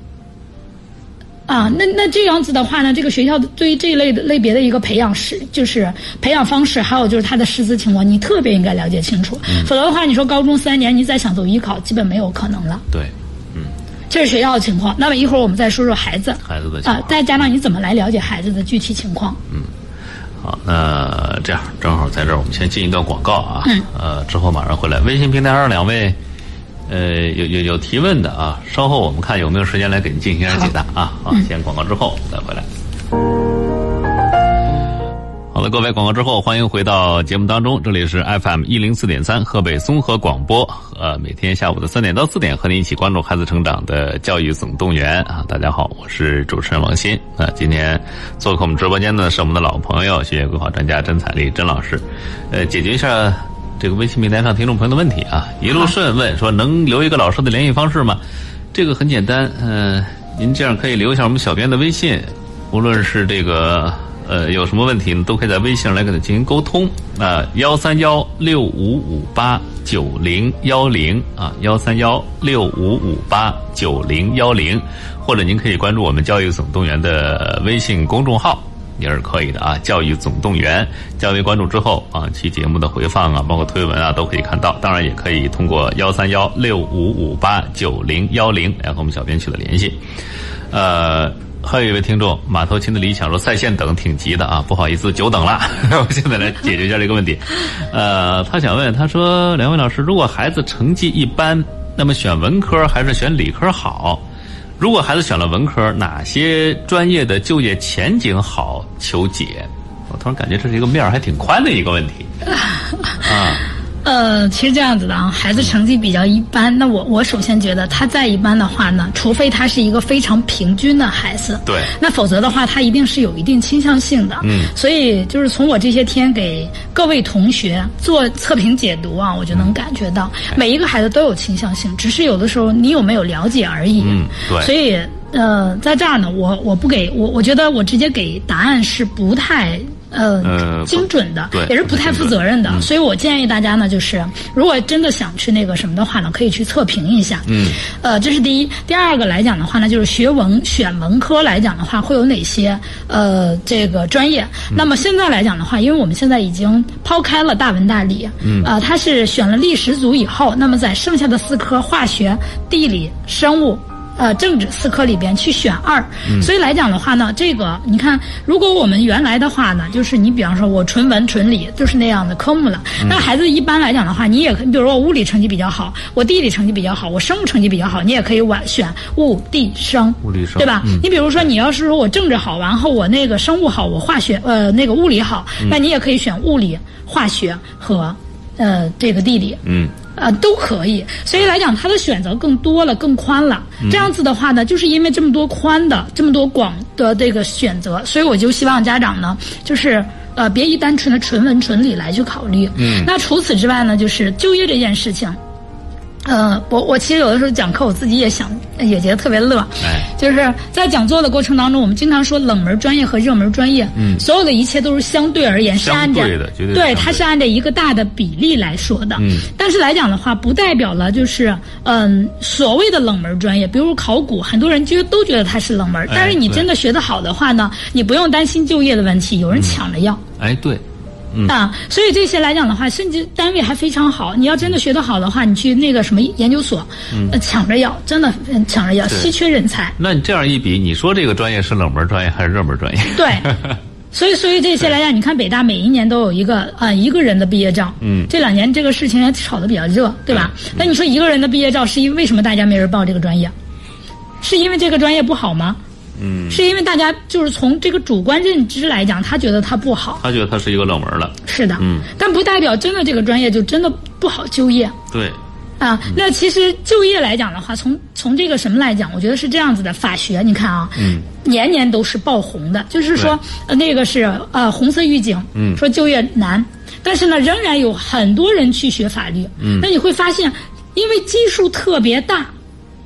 啊，那那这样子的话呢，这个学校对于这一类的类别的一个培养是，就是培养方式，还有就是他的师资情况，你特别应该了解清楚。嗯否则的话，你说高中三年你再想走艺考，基本没有可能了。对，这是学校的情况。那么一会儿我们再说说孩子孩子的情啊况，。再加上你怎么来了解孩子的具体情况。好，那这样正好在这儿，我们先进一段广告啊。嗯。呃，之后马上回来。微信平台上两位，呃，有有有提问的啊，稍后我们看有没有时间来给您进行一下解答啊。啊，先广告之后再回来。好了，各位，广告之后欢迎回到节目当中，这里是 FM 一零四点三河北综合广播，呃，每天下午的三点到四点和您一起关注孩子成长的教育总动员啊！大家好，我是主持人王鑫啊、今天做客我们直播间的是我们的老朋友，学业规划专家甄彩丽甄老师，呃，解决一下这个微信平台上听众朋友的问题啊，一路顺问说能留一个老师的联系方式吗？这个很简单，呃，您这样可以留一下我们小编的微信，无论是这个呃有什么问题呢，都可以在微信上来跟他进行沟通啊，幺三幺六五五八九零幺零啊，幺三幺六五五八九零幺零，或者您可以关注我们教育总动员的微信公众号。也是可以的啊！教育总动员，加为关注之后啊，其节目的回放啊，包括推文啊，都可以看到。当然，也可以通过幺三幺六五五八九零幺零来和我们小编取得联系。呃，还有一位听众马头琴的理想说在线等挺急的啊，不好意思，久等了。 我现在来解决一下这个问题。呃，他想问，他说两位老师，如果孩子成绩一般，那么选文科还是选理科好？如果孩子选了文科，哪些专业的就业前景好？求解。我突然感觉这是一个面儿还挺宽的一个问题。啊，呃，其实这样子的啊，孩子成绩比较一般，那我我首先觉得他再一般的话呢，除非他是一个非常平均的孩子，对那否则的话，他一定是有一定倾向性的，嗯所以就是从我这些天给各位同学做测评解读啊，我就嗯能感觉到哎每一个孩子都有倾向性，只是有的时候你有没有了解而已，嗯对所以呃，在这儿呢，我我不给我我觉得我直接给答案是不太呃呃不精准的，对也是不不太太精负准责任。任的，所以我建议大家呢，就是如果真的想去那个什么的话呢，可以去测评一下。嗯，呃，这是第一。第二个来讲的话呢，就是学文选文科来讲的话，会有哪些呃这个专业？嗯那么现在来讲的话，因为我们现在已经抛开了大文大理，嗯，呃，他是选了历史组以后，那么在剩下的四科化学、地理、生物。呃政治四科里边去选二。嗯所以来讲的话呢，这个你看，如果我们原来的话呢，就是你比方说我纯文纯理就是那样的科目了，嗯那孩子一般来讲的话，你也可以，比如说我物理成绩比较好，我地理成绩比较好，我生物成绩比较好，你也可以晚选物地生，物理生嗯对吧？你比如说你要是说我政治好，然后我那个生物好，我化学呃那个物理好，那你也可以选物理、化学和呃这个地理，嗯，呃，都可以。所以来讲，它的选择更多了，更宽了。嗯这样子的话呢，就是因为这么多宽的、这么多广的这个选择，所以我就希望家长呢，就是。呃，别以单纯的纯文纯理来去考虑。嗯，那除此之外呢，就是就业这件事情，呃，我我其实有的时候讲课，我自己也想也觉得特别乐。哎， 就是在讲座的过程当中，我们经常说冷门专业和热门专业，嗯，所有的一切都是相对而言，是相按照对的绝对是相对对，它是按照一个大的比例来说的，嗯，但是来讲的话，不代表了就是嗯所谓的冷门专业，比如考古，很多人觉都觉得它是冷门，但是你对真的学得好的话呢，你不用担心就业的问题，有人抢着要。哎，对，啊，所以这些来讲的话，甚至单位还非常好。你要真的学得好的话，你去那个什么研究所，呃，抢着要，真的嗯抢着要，稀缺人才。那你这样一比，你说这个专业是冷门专业还是热门专业？ 对，所以所以这些来讲，你看北大每一年都有一个啊、一个人的毕业照，嗯这两年这个事情也炒得比较热，对吧？那你说一个人的毕业照是因为为什么大家没人报这个专业？是因为这个专业不好吗？嗯，是因为大家就是从这个主观认知来讲，他觉得它不好，他觉得他是一个冷门了，是的，嗯，但不代表真的这个专业就真的不好就业，对，啊，嗯那其实就业来讲的话，从从这个什么来讲，我觉得是这样子的。法学，你看啊，嗯年年都是爆红的，就是说呃那个是呃红色预警，嗯说就业难，但是呢，仍然有很多人去学法律。嗯，那你会发现，因为基数特别大，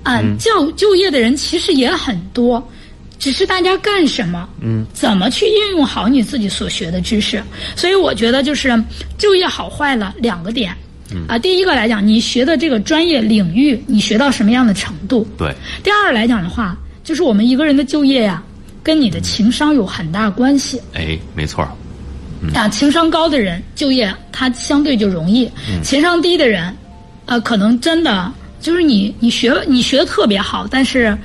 啊，教就业的人其实也很多。只是大家干什么，嗯，怎么去应用好你自己所学的知识，所以我觉得就是就业好坏了两个点，啊，第一个来讲，你学的这个专业领域，你学到什么样的程度？对，第二来讲的话，就是我们一个人的就业呀、跟你的情商有很大关系。哎，没错儿，嗯啊，情商高的人就业他相对就容易，嗯情商低的人，呃，可能真的就是你你学你学的特别好，但是，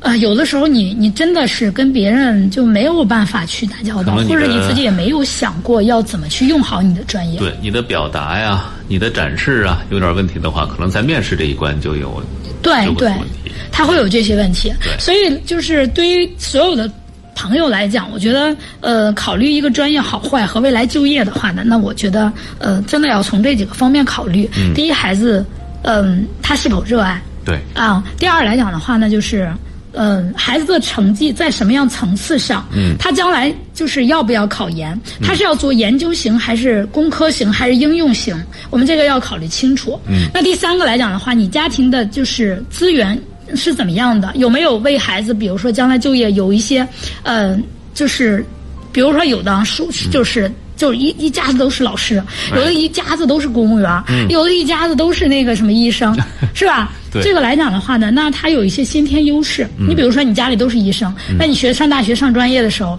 呃，有的时候你你真的是跟别人就没有办法去打交道，可能你或者的你自己也没有想过要怎么去用好你的专业。对，你的表达呀，你的展示啊，有点问题的话，可能在面试这一关就有对就会出对问题，他会有这些问题。对所以就是对于所有的朋友来讲，我觉得呃，考虑一个专业好坏和未来就业的话呢，那我觉得呃，真的要从这几个方面考虑。第一，孩子，嗯、他是否热爱对，啊？第二来讲的话呢，就是。嗯，孩子的成绩在什么样层次上？嗯，他将来就是要不要考研？他是要做研究型，还是工科型，还是应用型？我们这个要考虑清楚。嗯，那第三个来讲的话，你家庭的就是资源是怎么样的？有没有为孩子，比如说将来就业有一些，呃，就是，比如说有的啊书就是。就是一一家子都是老师，有的一家子都是公务员，有的一家子都是那个什么医生，是吧？对这个来讲的话呢，那他有一些先天优势。嗯你比如说，你家里都是医生，那你学上大学上专业的时候，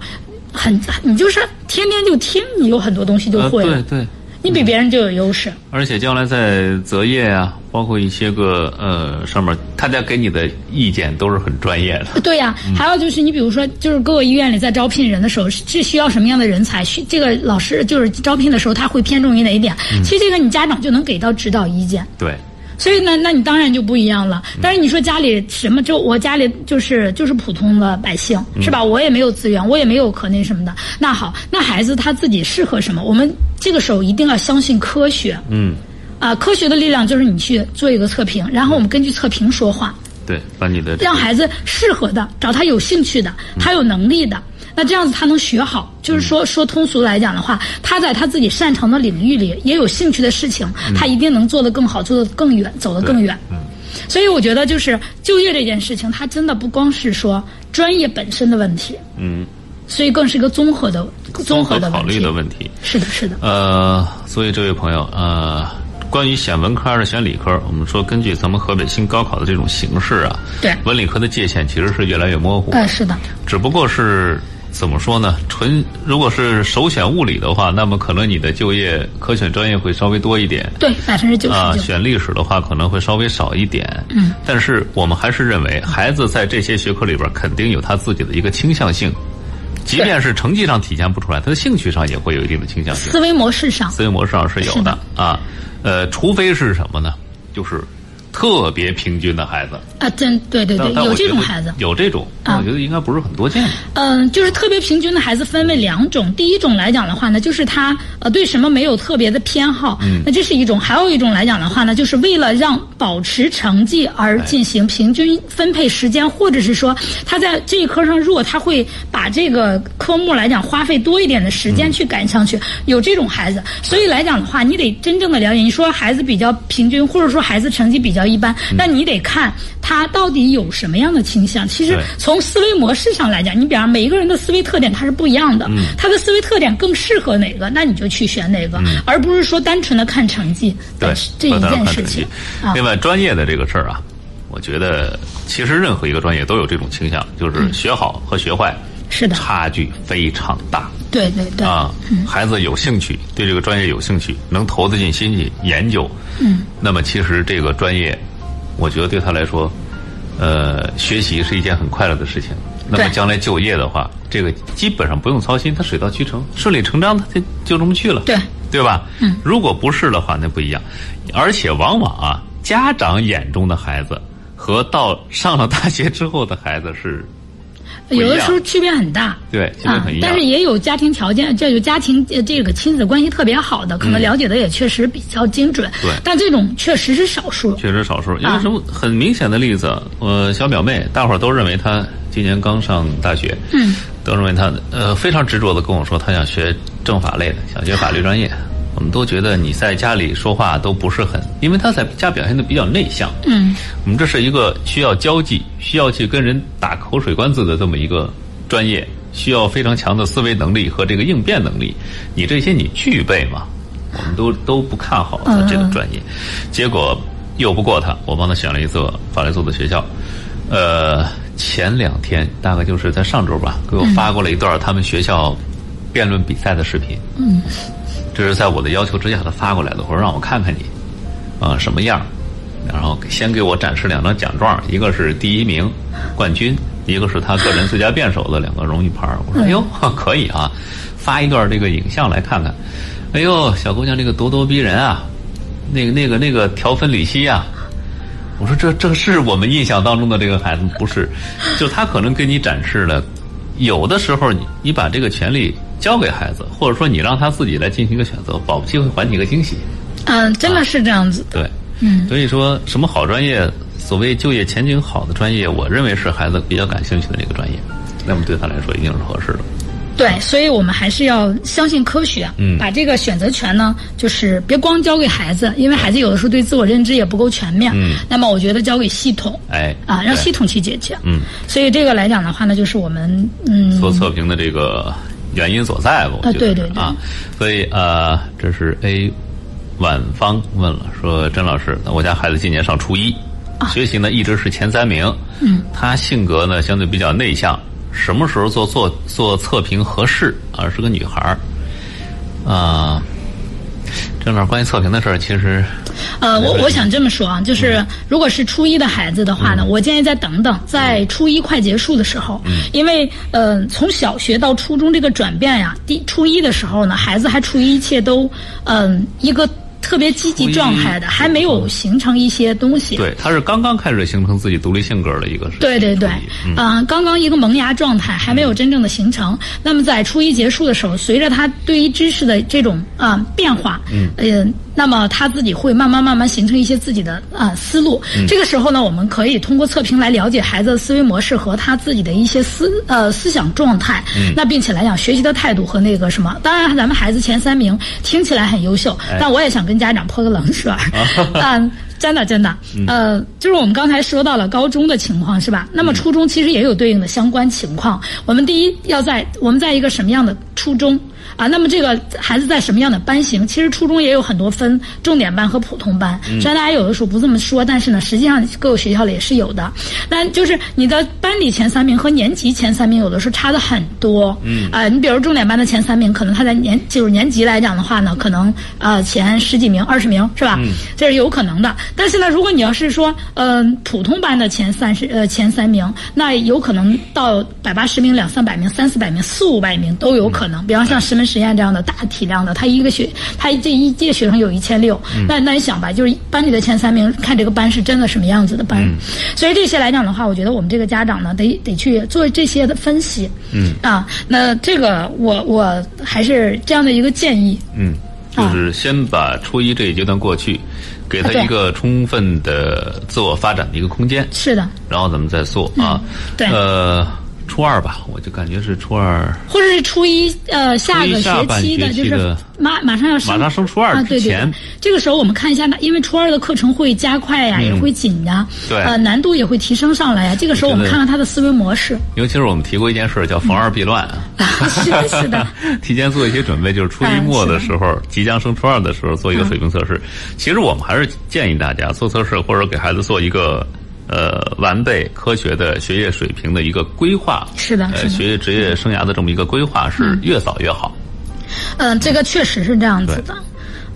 很你就是天天就听，你有很多东西就呃，会了，对对，你比别人就有优势。而且将来在择业啊，包括一些个呃上面，大家给你的意见都是很专业的，呃对呀、嗯还有就是你比如说，就是各个医院里在招聘人的时候，是需要什么样的人才？需这个老师就是招聘的时候，他会偏重于哪一点？嗯其实这个你家长就能给到指导意见。对，所以呢，那你当然就不一样了。但是你说家里什么，就我家里就是就是普通的百姓，是吧？我也没有资源，我也没有可那什么的。那好，那孩子他自己适合什么？我们这个时候一定要相信科学嗯，啊！科学的力量就是你去做一个测评，然后我们根据测评说话。对，把你的这个让孩子适合的，找他有兴趣的，他有能力的。那这样子他能学好，就是说嗯说通俗来讲的话，他在他自己擅长的领域里也有兴趣的事情，嗯他一定能做得更好，做得更远，走得更远。所以我觉得就是就业这件事情，它真的不光是说专业本身的问题，嗯所以更是一个综合的综合的考问虑题。的问题。是的，是的，呃，所以这位朋友，呃，关于选文科还是选理科，我们说根据咱们河北新高考的这种形式啊，对文理科的界限其实是越来越模糊，呃，是的，只不过是怎么说呢？纯如果是首选物理的话，那么可能你的就业可选专业会稍微多一点。对，百分之九啊，十九。选历史的话可能会稍微少一点。嗯，但是我们还是认为孩子在这些学科里边肯定有他自己的一个倾向性，即便是成绩上体现不出来，他的兴趣上也会有一定的倾向性。思维模式上，思维模式上是有是的的啊，呃，除非是什么呢？就是特别平均的孩子，啊，真对对但对，但有我这觉种得孩子。有这种，啊我觉得应该不是很多见吧。嗯，就是特别平均的孩子分为两种，第一种来讲的话呢，就是他呃对什么没有特别的偏好，那这是一种；还有一种来讲的话呢，就是为了让保持成绩而进行平均分配时间，或者是说他在这一科上弱，他会把这个科目来讲花费多一点的时间去赶上去，有这种孩子。所以来讲的话，你得真正的了解，你说孩子比较平均，或者说孩子成绩比较一般，那你得看他到底有什么样的倾向。其实对从思维模式上来讲，你比方每一个人的思维特点它是不一样的，嗯他的思维特点更适合哪个，那你就去选哪个，而不是说单纯的看成绩。嗯对但是，这不一单件看事成情绩啊另，外，专业的这个事儿啊，我觉得其实任何一个专业都有这种倾向，嗯就是学好和学坏是的，差距非常大对对对，啊。嗯孩子有兴趣，对这个专业有兴趣，能投得进心去研究，嗯，那么其实这个专业，我觉得对他来说，呃，学习是一件很快乐的事情。那么对将来就业的话，这个基本上不用操心，他水到渠成，顺理成章，他就就这么去了。对对吧？嗯，如果不是的话，那不一样。而且往往啊，家长眼中的孩子和到上了大学之后的孩子是，不一样有的时候区别很大。对，其实啊很一，样。但是也有家庭条件，这有家庭呃这个亲子关系特别好的，可能了解的也确实比较精准。嗯对但这种确实是少数。确实少数，因为啊什么很明显的例子，我小表妹，大伙儿都认为她今年刚上大学，嗯，都认为她呃非常执着的跟我说，她想学政法类的，想学法律专业。我们都觉得你在家里说话都不是很，因为她在家表现的比较内向，嗯，我们这是一个需要交际、需要去跟人打口水官司的这么一个专业，需要非常强的思维能力和这个应变能力。你这些你具备吗？我们都都不看好他这个专业，结果拗不过他，我帮他选了一所法律所的学校。呃，前两天大概就是在上周吧，给我发过了一段他们学校辩论比赛的视频。嗯，这是在我的要求之下他发过来的，我说让我看看你，啊、什么样儿？然后先给我展示两张奖状，一个是第一名冠军，一个是他个人最佳辩手的两个荣誉牌儿。我说：“哎呦， 可以啊！”发一段这个影像来看看。哎呦，小姑娘这个咄咄逼人啊，那个那个那个条分缕析啊。我说这这是我们印象当中的这个孩子吗不是，就他可能给你展示了，有的时候你你把这个权利交给孩子，或者说你让他自己来进行一个选择，保不齐会还你一个惊喜。嗯，真啊的是这样子。对，嗯，所以说什么好专业，所谓就业前景好的专业，我认为是孩子比较感兴趣的这个专业，那么对他来说一定是合适的。对，所以我们还是要相信科学，嗯把这个选择权呢，就是别光交给孩子，因为孩子有的时候对自我认知也不够全面。嗯那么我觉得交给系统哎，啊，让对系统去解决。嗯，所以这个来讲的话呢，就是我们嗯，做测评的这个原因所在吧，我啊觉得对对是对啊，所以呃，这是 A 晚芳问了，说甄老师，那我家孩子今年上初一，啊学习呢一直是前三名，嗯，他性格呢相对比较内向，什么时候做做做测评合适啊？是个女孩儿啊。郑老师，关于测评的事儿，其实呃，我我想这么说啊，就是如果是初一的孩子的话呢，我建议再等等，在初一快结束的时候，因为呃，从小学到初中这个转变呀，第初一的时候呢，孩子还处于一切都嗯、一个特别积极状态的，还没有形成一些东西。对他是刚刚开始形成自己独立性格的一个时期，对对对初一，嗯嗯、刚刚一个萌芽状态还没有真正的形成。那么在初一结束的时候，随着他对于知识的这种啊、呃变化，嗯、呃，那么他自己会慢慢慢慢形成一些自己的啊、呃思路。这个时候呢，我们可以通过测评来了解孩子的思维模式和他自己的一些思呃思想状态。那并且来讲学习的态度和那个什么，当然咱们孩子前三名听起来很优秀，但我也想跟家长泼个冷水儿，嗯。真的真的，呃，就是我们刚才说到了高中的情况是吧？那么初中其实也有对应的相关情况。我们第一要在我们在一个什么样的初中啊？那么这个孩子在什么样的班型？其实初中也有很多分重点班和普通班，虽然大家有的时候不这么说，但是呢，实际上各个学校里也是有的。但就是你的班里前三名和年级前三名有的时候差的很多。嗯啊、你比如重点班的前三名，可能他在年就是年级来讲的话呢，可能呃前十几名、二十名是吧？嗯，这是有可能的。但是呢，如果你要是说嗯、普通班的前三十呃前三名，那有可能到百八十名、两三百名、三四百名、四五百名都有可能。比方像石门实验这样的大体量的，他一个学他这一届学生有一千六，那那你想吧，就是班里的前三名，看这个班是真的什么样子的班。所以这些来讲的话，我觉得我们这个家长呢，得得去做这些的分析。嗯啊，那这个我我还是这样的一个建议。嗯，啊就是先把初一这一阶段过去，给他啊对一个充分的自我发展的一个空间，是的，然后咱们再做啊。嗯对呃，初二吧，我就感觉是初二，或者是初一呃下个下学半期的，学期就是的马马上要升马上升初二啊，之对对前对，这个时候我们看一下，那因为初二的课程会加快呀，也会紧呀，嗯对呃难度也会提升上来呀。这个时候我们我觉得看看他的思维模式。 啊尤其是我们提过一件事儿叫逢二必乱。啊是的，是的，提前做一些准备，就是初一末啊的时候，即将升初二的时候做一个水平测试。嗯其实我们还是建议大家做测试，或者给孩子做一个呃完备科学的学业水平的一个规划。是的是呃，的学业职业生涯的这么一个规划是越早越好。嗯，这个确实是这样子的。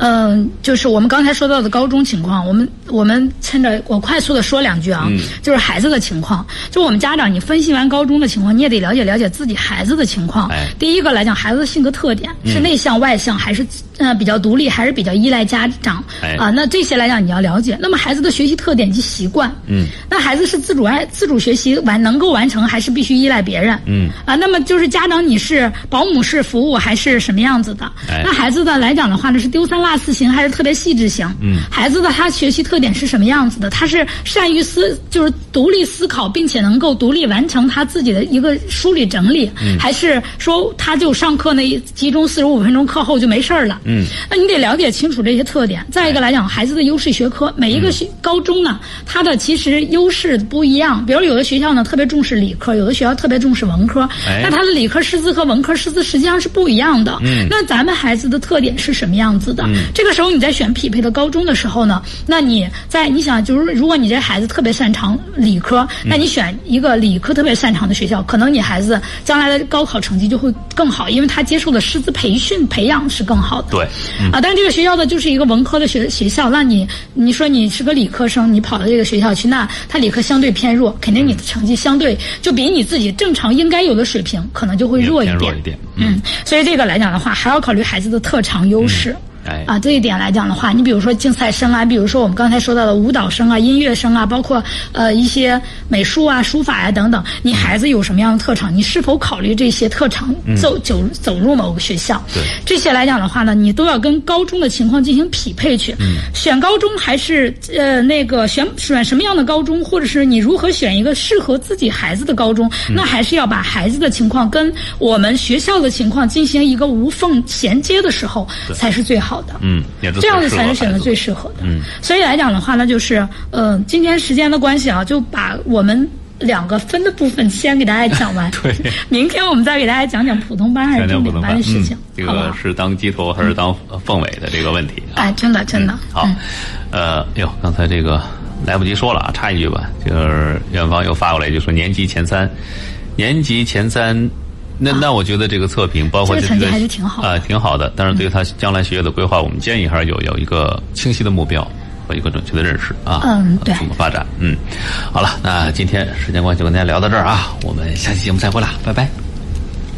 嗯，就是我们刚才说到的高中情况，我们我们趁着我快速的说两句啊，嗯就是孩子的情况，就我们家长，你分析完高中的情况，你也得了解了解自己孩子的情况。哎第一个来讲，孩子的性格特点、是内向外向，还是呃比较独立，还是比较依赖家长、哎啊？那这些来讲你要了解。那么孩子的学习特点及习惯，嗯，那孩子是自主爱自主学习完能够完成，还是必须依赖别人？嗯啊，那么就是家长你是保姆式服务还是什么样子的？哎那孩子的来讲的话呢，是丢三落四型还是特别细致型？嗯，孩子的他学习特点是什么样子的？他是善于思，就是独立思考，并且能够独立完成他自己的一个梳理整理，还是说他就上课那一集中四十五分钟，课后就没事儿了？嗯，哎那你得了解清楚这些特点。再一个来讲，孩子的优势学科，每一个学高中呢，它的其实优势不一样。比如有的学校呢特别重视理科，有的学校特别重视文科，哎那他。他的理科师资和文科师资实际上是不一样的。嗯，那咱们孩子的特点是什么样子的？这个时候你在选匹配的高中的时候呢，那你在你想就是，如果你这孩子特别擅长理科，那你选一个理科特别擅长的学校，可能你孩子将来的高考成绩就会更好，因为他接受的师资培训培养是更好的。对，啊，但这个学校呢，就是一个文科的学学校，那你你说你是个理科生，你跑到这个学校去，那他理科相对偏弱，肯定你的成绩相对就比你自己正常应该有的水平，可能就会弱一偏点。弱一点。嗯，所以这个来讲的话，还要考虑孩子的特长优势。嗯哎啊，这一点来讲的话，你比如说竞赛生啊，比如说我们刚才说到的舞蹈生啊、音乐生啊，包括呃一些美术啊、书法呀、等等，你孩子有什么样的特长？你是否考虑这些特长走走走入某个学校？对这些来讲的话呢，你都要跟高中的情况进行匹配去。选高中还是呃那个选选什么样的高中，或者是你如何选一个适合自己孩子的高中，那还是要把孩子的情况跟我们学校的情况进行一个无缝衔接的时候，才是最好的。嗯，也是这样最子适才合是选孩择子最适合的。嗯，所以来讲的话呢，就是呃，今天时间的关系啊，就把我们。两个分的部分先给大家讲完， 对，明天我们再给大家讲讲普通班还讲是讲重普点通班班的事情嗯，，这好不个好？是当鸡头还是当凤尾的这个问题啊。哎，真的真的，好，呃，哟，刚才这个来不及说了啊，插一句吧，就是远方又发过来一句说年级前三，年级前三，那、那我觉得这个测评包括啊对这个成绩他还是挺好的嗯啊、挺好的。但是对于他将来学业的规划，我们建议还是有有一个清晰的目标和一个准确的认识啊，嗯对怎么发展？嗯，好了，那今天时间关系，我跟大家聊到这儿啊，我们下期节目再会啦，拜拜。